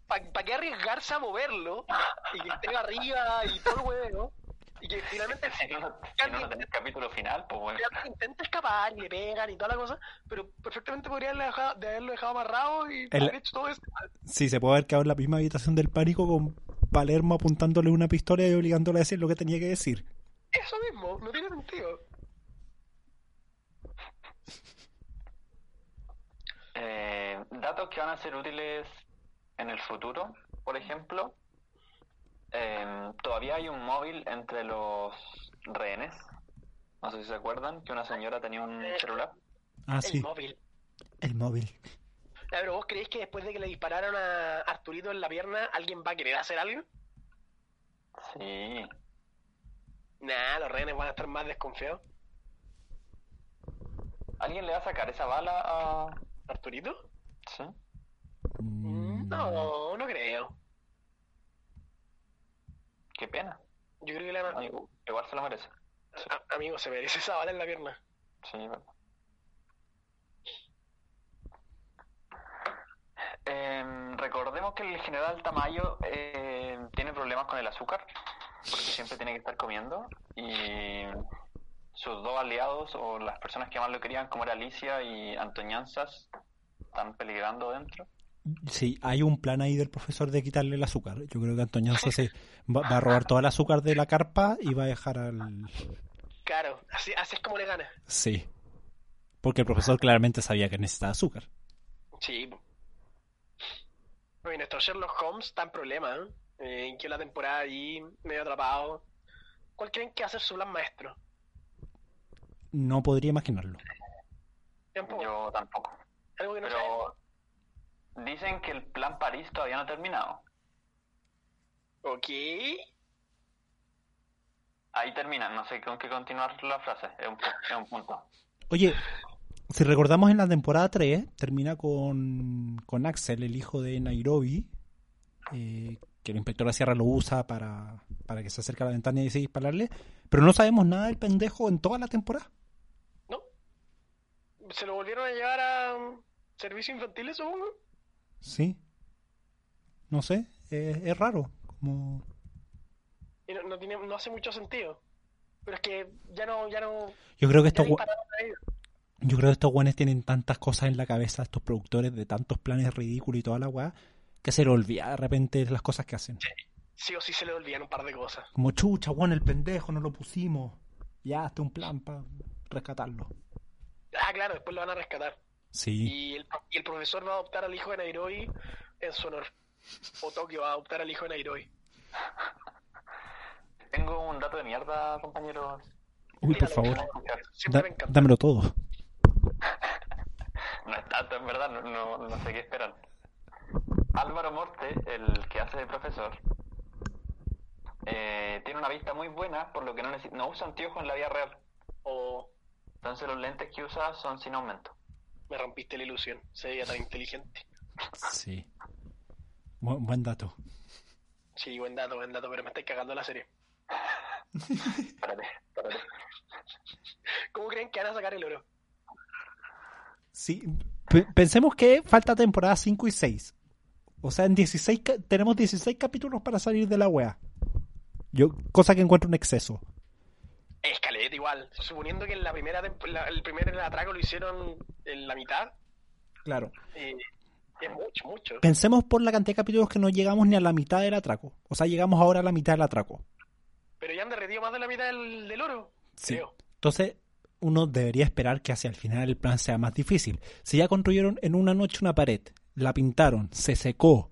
Speaker 6: pa- pa' qué arriesgarse a moverlo y que esté arriba y todo el huevo? Y [laughs] que finalmente
Speaker 7: Si no, lo- si no lo tenés capítulo final, pues bueno.
Speaker 6: finalmente intenta escapar y le pegan y toda la cosa, pero perfectamente podría haberlo dejado, de haberlo dejado amarrado y
Speaker 2: El-
Speaker 6: haber hecho todo eso.
Speaker 2: Sí, se puede haber quedado en la misma habitación del pánico con Palermo apuntándole una pistola y obligándole a decir lo que tenía que decir.
Speaker 6: Eso mismo, no tiene sentido.
Speaker 7: Eh, datos que van a ser útiles en el futuro, por ejemplo. Eh, todavía hay un móvil entre los rehenes. No sé si se acuerdan que una señora tenía un celular.
Speaker 2: Ah,
Speaker 6: El
Speaker 2: sí,
Speaker 6: móvil.
Speaker 2: el móvil.
Speaker 6: Ya, pero vos creéis que después de que le dispararon a Arturito en la pierna, alguien va a querer hacer algo?
Speaker 7: Sí.
Speaker 6: Nah, los rehenes van a estar más desconfiados.
Speaker 7: ¿Alguien le va a sacar esa bala a...
Speaker 6: ¿Arturito?
Speaker 7: Sí.
Speaker 2: Mm,
Speaker 6: No, no creo.
Speaker 7: Qué pena.
Speaker 6: Yo creo que le van a-
Speaker 7: Amigo, Igual se lo merece.
Speaker 2: Ah,
Speaker 6: a- Amigo, se merece esa bala en la pierna.
Speaker 7: Sí, verdad. Em, recordemos que el general Tamayo eh, tiene problemas con el azúcar, porque siempre tiene que estar comiendo, y sus dos aliados o las personas que más lo querían, como era Alicia y Antoñanzas, están peligrando dentro.
Speaker 2: Sí, hay un plan ahí del profesor de quitarle el azúcar. Yo creo que Antoñanza se va, va a robar todo el azúcar de la carpa y va a dejar al...
Speaker 6: Claro, así, así es como le gana.
Speaker 2: Sí. Porque el profesor claramente sabía que necesitaba azúcar.
Speaker 6: Sí. Oye, nuestro Sherlock Holmes está en problema, ¿eh? Eh, que la temporada allí, medio atrapado. ¿Cuál creen que va a ser su plan maestro?
Speaker 2: No podría imaginarlo.
Speaker 6: Tampoco.
Speaker 7: Yo tampoco.
Speaker 6: Algo que no sabemos.
Speaker 7: Pero dicen que el plan París todavía no ha terminado.
Speaker 6: Ok.
Speaker 7: Ahí termina, no sé con qué continuar la frase, es un, es un punto.
Speaker 2: Oye, si recordamos en la temporada 3, termina con, con Axel, el hijo de Nairobi, eh, que el inspector de la sierra lo usa para, para que se acerque a la ventana y decide dispararle, pero no sabemos nada del pendejo en toda la temporada.
Speaker 6: ¿No? ¿Se lo volvieron a llevar a um, servicio infantil, supongo?
Speaker 2: Sí. No sé, eh, es raro. Como...
Speaker 6: Y no, no tiene, no hace mucho sentido. Pero es que ya no, ya no.
Speaker 2: Yo creo que
Speaker 6: ya
Speaker 2: estos, gua-
Speaker 6: dispararon a ellos.
Speaker 2: yo creo que estos guanes tienen tantas cosas en la cabeza, estos productores de tantos planes ridículos y toda la weá, que se le olvida de repente las cosas que hacen.
Speaker 6: Sí o sí se le olvidan un par de cosas.
Speaker 2: Como chucha, weón, el pendejo, no lo pusimos. Ya, hazte un plan para rescatarlo.
Speaker 6: Ah, claro, después lo van a rescatar.
Speaker 2: Sí.
Speaker 6: Y el, y el profesor va a adoptar al hijo de Nairobi en su honor. O Tokio va a adoptar al hijo de Nairobi.
Speaker 7: Tengo un dato de mierda, compañeros.
Speaker 2: Uy, por
Speaker 6: Míralo,
Speaker 2: favor.
Speaker 6: míralo.
Speaker 2: da-
Speaker 6: Siempre me encanta.
Speaker 2: dámelo todo.
Speaker 7: No es tanto, en verdad, no, no, no sé qué esperar. Álvaro Morte, el que hace de profesor, eh, tiene una vista muy buena, por lo que no, necesi- no usa anteojos en la vida real. O, entonces los lentes que usa son sin aumento.
Speaker 6: Me rompiste la ilusión. Se veía tan inteligente.
Speaker 2: Sí. Bu- buen dato.
Speaker 6: Sí, buen dato, buen dato, pero me estáis cagando la serie.
Speaker 7: Espérate, espérate.
Speaker 6: ¿Cómo creen que van a sacar el oro?
Speaker 2: Sí. pe- pensemos que falta temporada 5 y 6. O sea, en 16 ca- tenemos 16 capítulos para salir de la wea. Yo, cosa que encuentro un exceso.
Speaker 6: Escaleta igual. Suponiendo que en la primera temp- la- el primer atraco lo hicieron en la mitad,
Speaker 2: Claro.
Speaker 6: eh, es mucho, mucho.
Speaker 2: Pensemos por la cantidad de capítulos que no llegamos ni a la mitad del atraco. O sea, llegamos ahora a la mitad del atraco.
Speaker 6: Pero ya han derretido más de la mitad del, del oro.
Speaker 2: Sí.
Speaker 6: Creo.
Speaker 2: Entonces, uno debería esperar que hacia el final el plan sea más difícil. Si ya construyeron en una noche una pared, la pintaron, se secó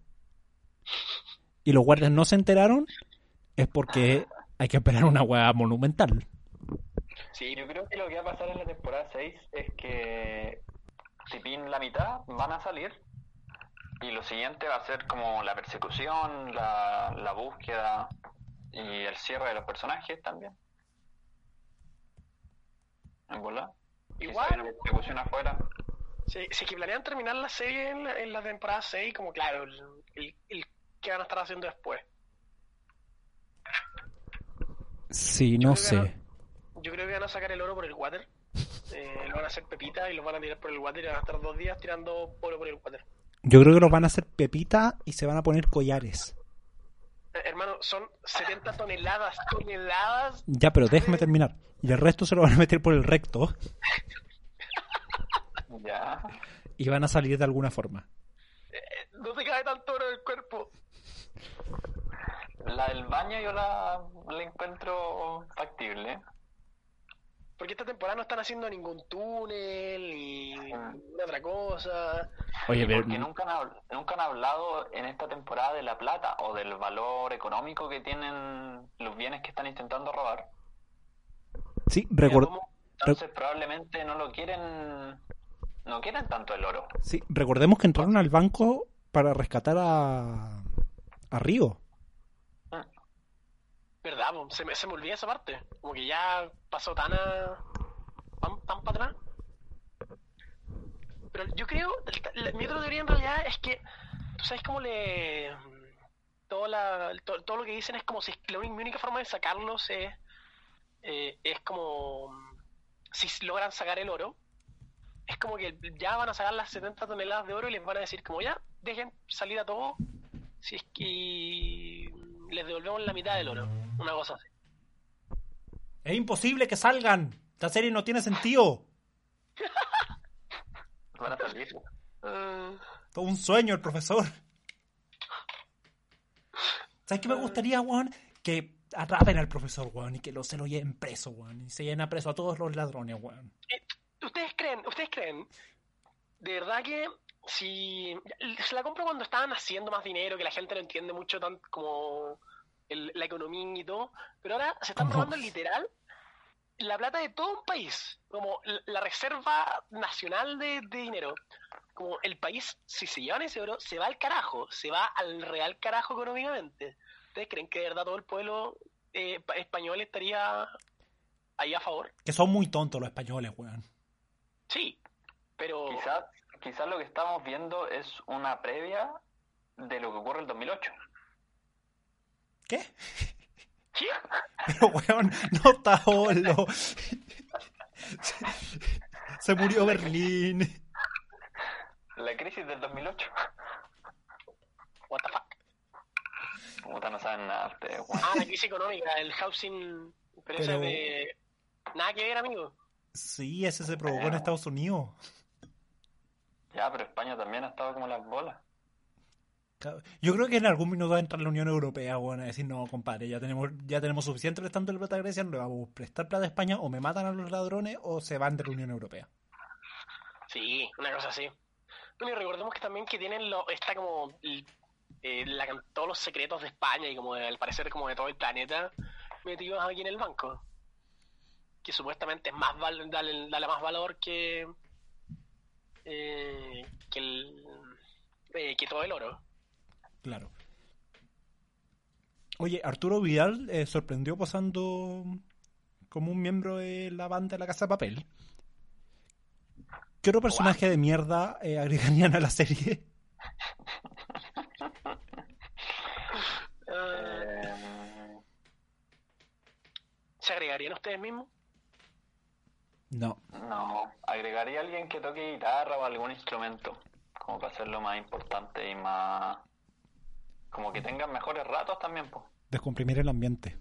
Speaker 2: y los guardias no se enteraron, es porque hay que esperar una hueá monumental.
Speaker 6: Sí,
Speaker 7: Yo creo que lo que va a pasar en la temporada 6 es que si pin la mitad van a salir y lo siguiente va a ser como la persecución, la, la búsqueda y el cierre de los personajes también. ¿En bola? Y si
Speaker 6: Igual.
Speaker 7: hay una persecución afuera.
Speaker 6: Sí, sí, que planean terminar la serie en la, en la temporada 6, como claro, el, el, el que van a estar haciendo después.
Speaker 2: Sí,
Speaker 6: Yo
Speaker 2: no
Speaker 6: creo que
Speaker 2: sé.
Speaker 6: Yo creo que van a sacar el oro por el water. Eh, lo van a hacer pepita y los van a tirar por el water y van a estar dos días tirando oro por el water.
Speaker 2: Yo creo que los van a hacer pepita y se van a poner collares.
Speaker 6: Eh, hermano, son 70 toneladas, toneladas.
Speaker 2: Ya, pero déjame terminar. Y el resto se lo van a meter por el recto
Speaker 7: Ya.
Speaker 2: y van a salir de alguna forma.
Speaker 6: Eh, No te cae tanto oro en el cuerpo.
Speaker 7: La del baño yo la, la encuentro factible.
Speaker 6: Porque esta temporada no están haciendo ningún túnel ni ninguna otra cosa.
Speaker 2: Oye, pero
Speaker 7: Porque nunca han, habl- nunca han hablado en esta temporada de la plata o del valor económico que tienen los bienes que están intentando robar.
Speaker 2: sí, record-
Speaker 7: Entonces probablemente no lo quieren, no quieren tanto el oro.
Speaker 2: Sí, recordemos que entraron al banco para rescatar a, a Río.
Speaker 6: ¿Verdad? po? Se me, se me olvida esa parte. Como que ya pasó tan a... tan, tan para atrás. Pero yo creo, la- mi otra teoría en realidad es que, ¿tú sabes cómo le... Todo, la, to- todo lo que dicen es como si la única, mi única forma de sacarlos es, eh, es como si logran sacar el oro, es como que ya van a sacar las 70 toneladas de oro y les van a decir como ya, dejen salir a todos si es que y les devolvemos la mitad del oro, una cosa así.
Speaker 2: Es imposible que salgan. La serie no tiene sentido.
Speaker 7: Van a salir.
Speaker 6: Eh,
Speaker 2: Todo un sueño el profesor. ¿Sabes qué me gustaría, Juan? Que atrapen al profesor, Juan, y que lo, se lo lleven preso, Juan. Y se lleven a preso a todos los ladrones, Juan.
Speaker 6: ¿Ustedes creen, ustedes creen, de verdad que si se la compro cuando estaban haciendo más dinero, que la gente no entiende mucho tan como el- la economía y todo, pero ahora se están
Speaker 2: Como-
Speaker 6: robando literal la plata de todo un país, como la- la reserva nacional de, de dinero. Como el país, si se llevan ese oro, se va al carajo, se va al real carajo económicamente. ¿Ustedes creen que de verdad todo el pueblo eh, pa- español estaría ahí a favor?
Speaker 2: Que son muy tontos los españoles, Juan.
Speaker 6: Sí, pero...
Speaker 7: Quizás, quizás lo que estamos viendo es una previa de lo que ocurre en el 2008.
Speaker 2: ¿Qué?
Speaker 6: ¿Qué?
Speaker 2: [laughs] Pero, weón, no está Olo. Se murió Berlín.
Speaker 7: La crisis del 2008.
Speaker 6: What the fuck?
Speaker 7: Puta, no saben nada ustedes, weón.
Speaker 6: Ah, la crisis económica, el housing. Pero, eso
Speaker 2: Pero-
Speaker 6: es de. Nada que ver, amigo.
Speaker 2: Sí, ese se provocó en Estados Unidos.
Speaker 7: Ya, pero España también ha estado como las bolas.
Speaker 2: Claro. Yo creo que en algún minuto va a entrar la Unión Europea, bueno, a decir, no, compadre, ya tenemos, ya tenemos suficiente prestándole plata a Grecia, no le vamos a prestar plata a España, o me matan a los ladrones, o se van de la Unión Europea.
Speaker 6: Sí, una cosa así. Bueno, y recordemos que también que tienen lo, está como l- eh, la can- todos los secretos de España y como de- al parecer como de todo el planeta metidos aquí en el banco. Que supuestamente es más val, dale, dale más valor que eh, que, el, eh, que todo el oro.
Speaker 2: Claro. Oye, Arturo Vidal eh, sorprendió posando como un miembro de la banda de la Casa de Papel. ¿Qué otro personaje de mierda eh, agregarían a la serie?
Speaker 6: Ah,
Speaker 7: Eh,
Speaker 6: ¿Se agregarían ustedes mismos?
Speaker 2: No.
Speaker 7: no, agregaría a alguien que toque guitarra o algún instrumento, como para hacerlo más importante y más... Como que tengan mejores ratos también, pues.
Speaker 2: Descomprimir el ambiente.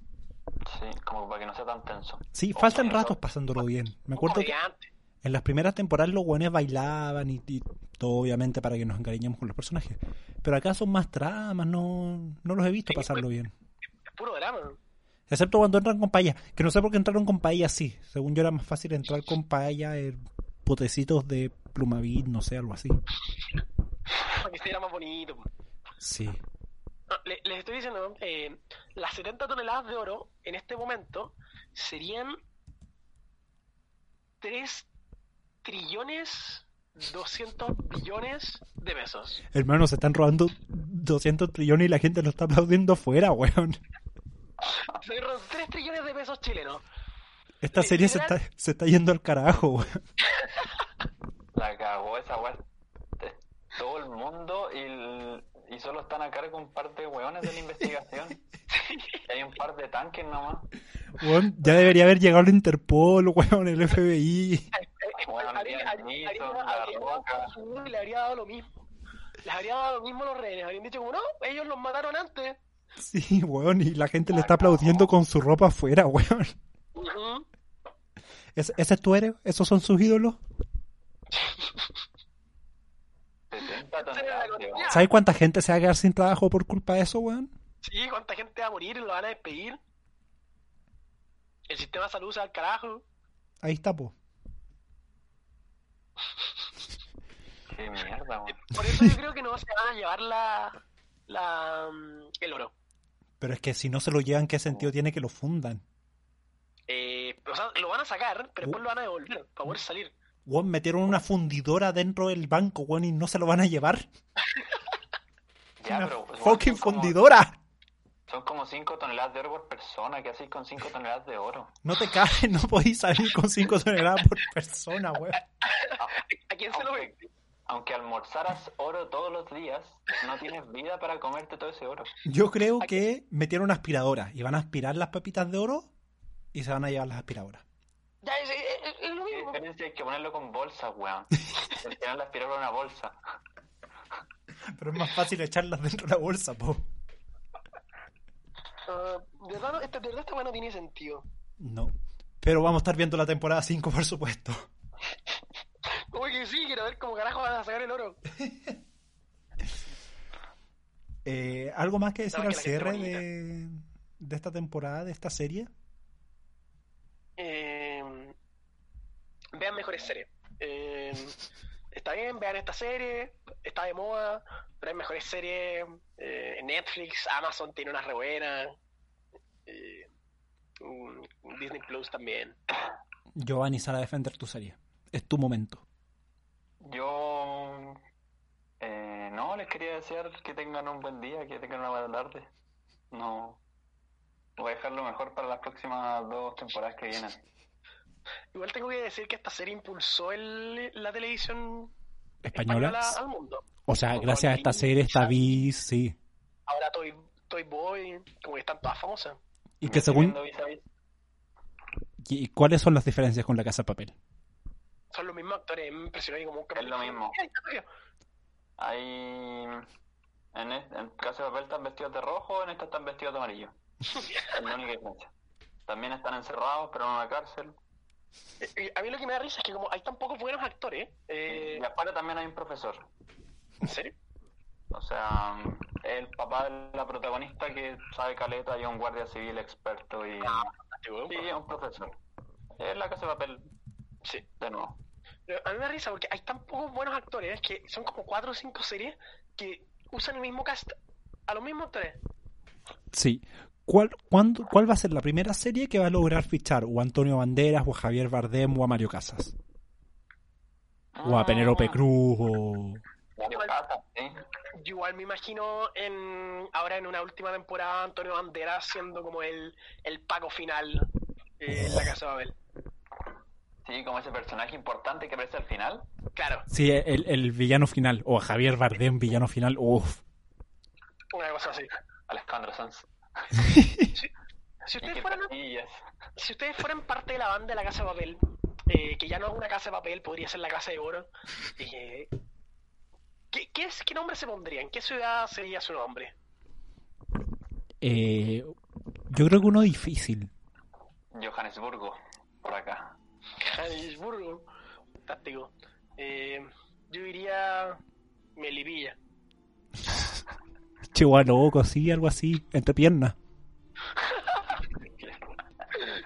Speaker 7: Sí, como para que no sea tan tenso.
Speaker 2: Sí,
Speaker 7: O
Speaker 2: faltan
Speaker 7: para que
Speaker 2: ratos
Speaker 7: no-
Speaker 2: pasándolo bien. Me
Speaker 6: Un
Speaker 2: acuerdo que
Speaker 6: comediante.
Speaker 2: En las primeras temporadas los guanes bailaban y, y todo obviamente para que nos encariñemos con los personajes. Pero acá son más tramas, no, no los he visto pasarlo bien.
Speaker 6: Es puro drama.
Speaker 2: Excepto cuando entran con payas, que no sé por qué entraron con payas así. Según yo era más fácil entrar con payas en potecitos de plumavid, no sé, algo así.
Speaker 6: Para que se viera más bonito.
Speaker 2: Sí.
Speaker 6: No, le- les estoy diciendo, eh, las 70 toneladas de oro en este momento serían 3 trillones 200 billones de pesos.
Speaker 2: Hermano, se están robando 200 trillones y la gente lo está aplaudiendo afuera, weón.
Speaker 6: Fueron 3 trillones de pesos chilenos.
Speaker 2: Esta serie se está, se está yendo al carajo, weón.
Speaker 7: La cagó esa weá. de Todo el mundo y, el- y solo están a cargo un par de weones de la investigación. Y hay un par de tanques nomás.
Speaker 2: Weón, Ya debería haber llegado el Interpol, weón, el FBI.
Speaker 6: Eh, eh,
Speaker 7: Bueno,
Speaker 6: habría-
Speaker 7: Liam
Speaker 6: habría-
Speaker 7: Neeson,
Speaker 6: habría-
Speaker 7: La
Speaker 6: habría-
Speaker 7: Roca.
Speaker 6: le habría dado lo mismo. Les habría dado lo mismo a los rehenes. Habrían dicho, como no, ellos los mataron antes.
Speaker 2: Sí, weón, y la gente le está aplaudiendo con su ropa afuera, weón.
Speaker 6: Ujú.
Speaker 2: ¿Ese, ese es tu héroe? ¿Esos son sus ídolos?
Speaker 7: 70 toneladas de oro.
Speaker 2: ¿Sabes cuánta gente se va a quedar sin trabajo por culpa de eso, weón?
Speaker 6: Sí, cuánta gente va a morir, lo van a despedir. El sistema de salud se va al carajo.
Speaker 2: Ahí está, po.
Speaker 7: Qué mierda, weón.
Speaker 6: Por eso yo creo que no se van a llevar la, la mm, el oro.
Speaker 2: Pero es que si no se lo llevan, ¿qué sentido tiene que lo fundan?
Speaker 6: Eh, o sea, lo van a sacar, pero después lo van a devolver para poder salir.
Speaker 2: Weón, metieron una fundidora dentro del banco, weón, y no se lo van a llevar.
Speaker 7: Ya,
Speaker 2: una
Speaker 7: pero,
Speaker 6: pues,
Speaker 7: weón,
Speaker 2: fucking
Speaker 7: son como-
Speaker 2: fundidora.
Speaker 7: Son como 5 toneladas de oro por persona. ¿Qué hacéis con 5 toneladas de oro?
Speaker 2: No te caes, no podéis salir con 5 toneladas por persona, weón.
Speaker 6: ¿A quién se lo ve?
Speaker 7: Aunque almorzaras oro todos los días, no tienes vida para comerte todo ese oro.
Speaker 2: Yo creo que metieron una aspiradora y van a aspirar las pepitas de oro y se van a llevar las aspiradoras.
Speaker 6: Ya, es, es- es- es lo
Speaker 7: ¿Qué
Speaker 6: [laughs] mismo.
Speaker 7: diferencia hay que ponerlo con bolsas,
Speaker 2: [laughs]
Speaker 7: weón? Al final la aspiraron a una bolsa.
Speaker 2: Pero es más fácil echarlas dentro de la bolsa, po.
Speaker 6: Ah, de, verdad, no- esta- de verdad esta weá no tiene sentido.
Speaker 2: No. Pero vamos a estar viendo la temporada 5, por supuesto.
Speaker 6: Como que sí, quiero ver cómo carajo van a sacar el oro.
Speaker 2: Eh, ¿Algo más que decir
Speaker 6: No, es
Speaker 2: al
Speaker 6: que la gente
Speaker 2: cierre
Speaker 6: bonita.
Speaker 2: de, de esta temporada, de esta serie?
Speaker 6: Eh, vean mejores series. Eh, está bien, vean esta serie, está de moda, pero hay mejores series. eh, en Netflix, Amazon tiene unas re buenas. eh, mm, Disney Plus también.
Speaker 2: Giovanni sale a defender tu serie. Es tu momento.
Speaker 7: Yo. eh, no, les quería desear que tengan un buen día, que tengan una buena tarde. No. Voy a dejarlo mejor para las próximas dos temporadas que vienen.
Speaker 6: Igual tengo que decir que esta serie impulsó el- la televisión
Speaker 2: Española.
Speaker 6: española al mundo.
Speaker 2: O sea, gracias a esta serie está Viz, sí.
Speaker 6: Ahora Toy, Toy Boy, como que están todas famosas.
Speaker 2: Y
Speaker 7: Me
Speaker 2: que
Speaker 7: estoy
Speaker 2: según.
Speaker 7: viendo Vis a Vis.
Speaker 2: ¿Y y cuáles son las diferencias con la Casa de Papel?
Speaker 6: Son [laughs] los mismos actores, me impresionó y como un
Speaker 7: Es lo mismo.
Speaker 6: Ay, qué feo.
Speaker 7: Hay. En, este, en Casa de Papel están vestidos de rojo, en esta están vestidos
Speaker 6: [laughs]
Speaker 7: de amarillo. Es la única diferencia. También están encerrados, pero en una cárcel.
Speaker 6: Eh, eh, A mí lo que me da risa es que como hay tan pocos buenos actores, eh,
Speaker 7: Y afuera también hay un profesor.
Speaker 6: ¿en serio?
Speaker 7: O sea, el papá de la protagonista que sabe caleta y es un guardia civil experto y,
Speaker 6: Este weón,
Speaker 7: y es un profesor. Es la casa de papel
Speaker 6: Sí.
Speaker 7: de nuevo.
Speaker 6: Pero A mí me da risa porque hay tan pocos buenos actores que son como cuatro o cinco series que usan el mismo cast a los mismos tres.
Speaker 2: Sí. ¿Cuál, cuándo, ¿Cuál va a ser la primera serie que va a lograr fichar o a Antonio Banderas o a Javier Bardem o a Mario Casas? O
Speaker 7: Ah.
Speaker 2: a Penélope Cruz o...
Speaker 7: Mario Casas, sí.
Speaker 6: Yo igual me imagino en ahora en una última temporada Antonio Banderas siendo como el, el pago final eh, en la Casa de Babel.
Speaker 7: Sí, como ese personaje importante que aparece al final.
Speaker 6: Claro,
Speaker 2: Sí, el, el villano final. O a Javier Bardem, villano final. Uf.
Speaker 6: una cosa así.
Speaker 7: Alejandro Sanz.
Speaker 6: Si
Speaker 7: Y
Speaker 6: ustedes
Speaker 7: que
Speaker 6: fueran,
Speaker 7: Casillas.
Speaker 6: si ustedes fueran parte de la banda de la Casa de Papel, eh, que ya no es una Casa de Papel, podría ser la Casa de Oro, eh, ¿qué, qué, es- ¿qué nombre se pondría? ¿En qué ciudad sería su nombre?
Speaker 2: Eh, yo creo que uno difícil.
Speaker 7: Johannesburgo, por acá.
Speaker 6: Johannesburgo. Fantástico. Eh, yo diría Melipilla. [laughs]
Speaker 2: Chihuahua loco, sí, algo así. Entre piernas.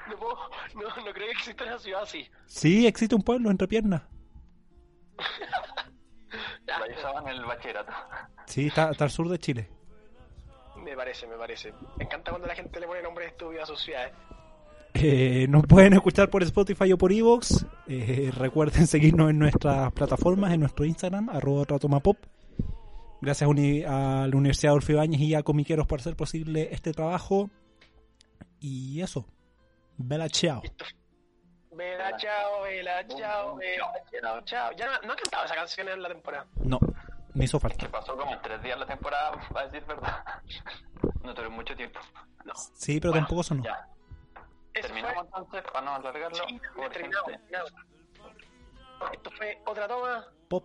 Speaker 6: No, puedo- no, no creo que exista una ciudad así.
Speaker 2: Sí, existe un pueblo entre piernas.
Speaker 6: Ah,
Speaker 7: La usaban en el bachillerato.
Speaker 2: Sí, está, está al sur de Chile.
Speaker 6: me parece, me parece. Me encanta cuando la gente le pone nombre estúpido a sus ciudades.
Speaker 2: Eh, nos pueden escuchar por Spotify o por Evox. Eh, recuerden seguirnos en nuestras plataformas, en nuestro Instagram, arroba otra toma pop. Gracias a, Uni- a la Universidad de Orfebáñez y a Comiqueros por hacer posible este trabajo. Y eso. Bella chao.
Speaker 6: Vela, chao, vela, [laughs] chao, vela, chao, chao. Ya no, no he cantado esa canción en la temporada.
Speaker 2: No, me hizo
Speaker 7: Que
Speaker 2: falta.
Speaker 7: pasó como tres días la temporada, [laughs] para decir verdad. No tuve mucho tiempo.
Speaker 2: Sí, pero
Speaker 7: Bueno,
Speaker 2: tampoco sonó.
Speaker 7: Ya,
Speaker 6: Eso
Speaker 7: terminamos entonces para no alargarlo.
Speaker 6: fue... Sí,
Speaker 7: Pobre
Speaker 6: terminado,
Speaker 7: gente.
Speaker 6: terminado. Esto fue otra toma.
Speaker 2: Pop.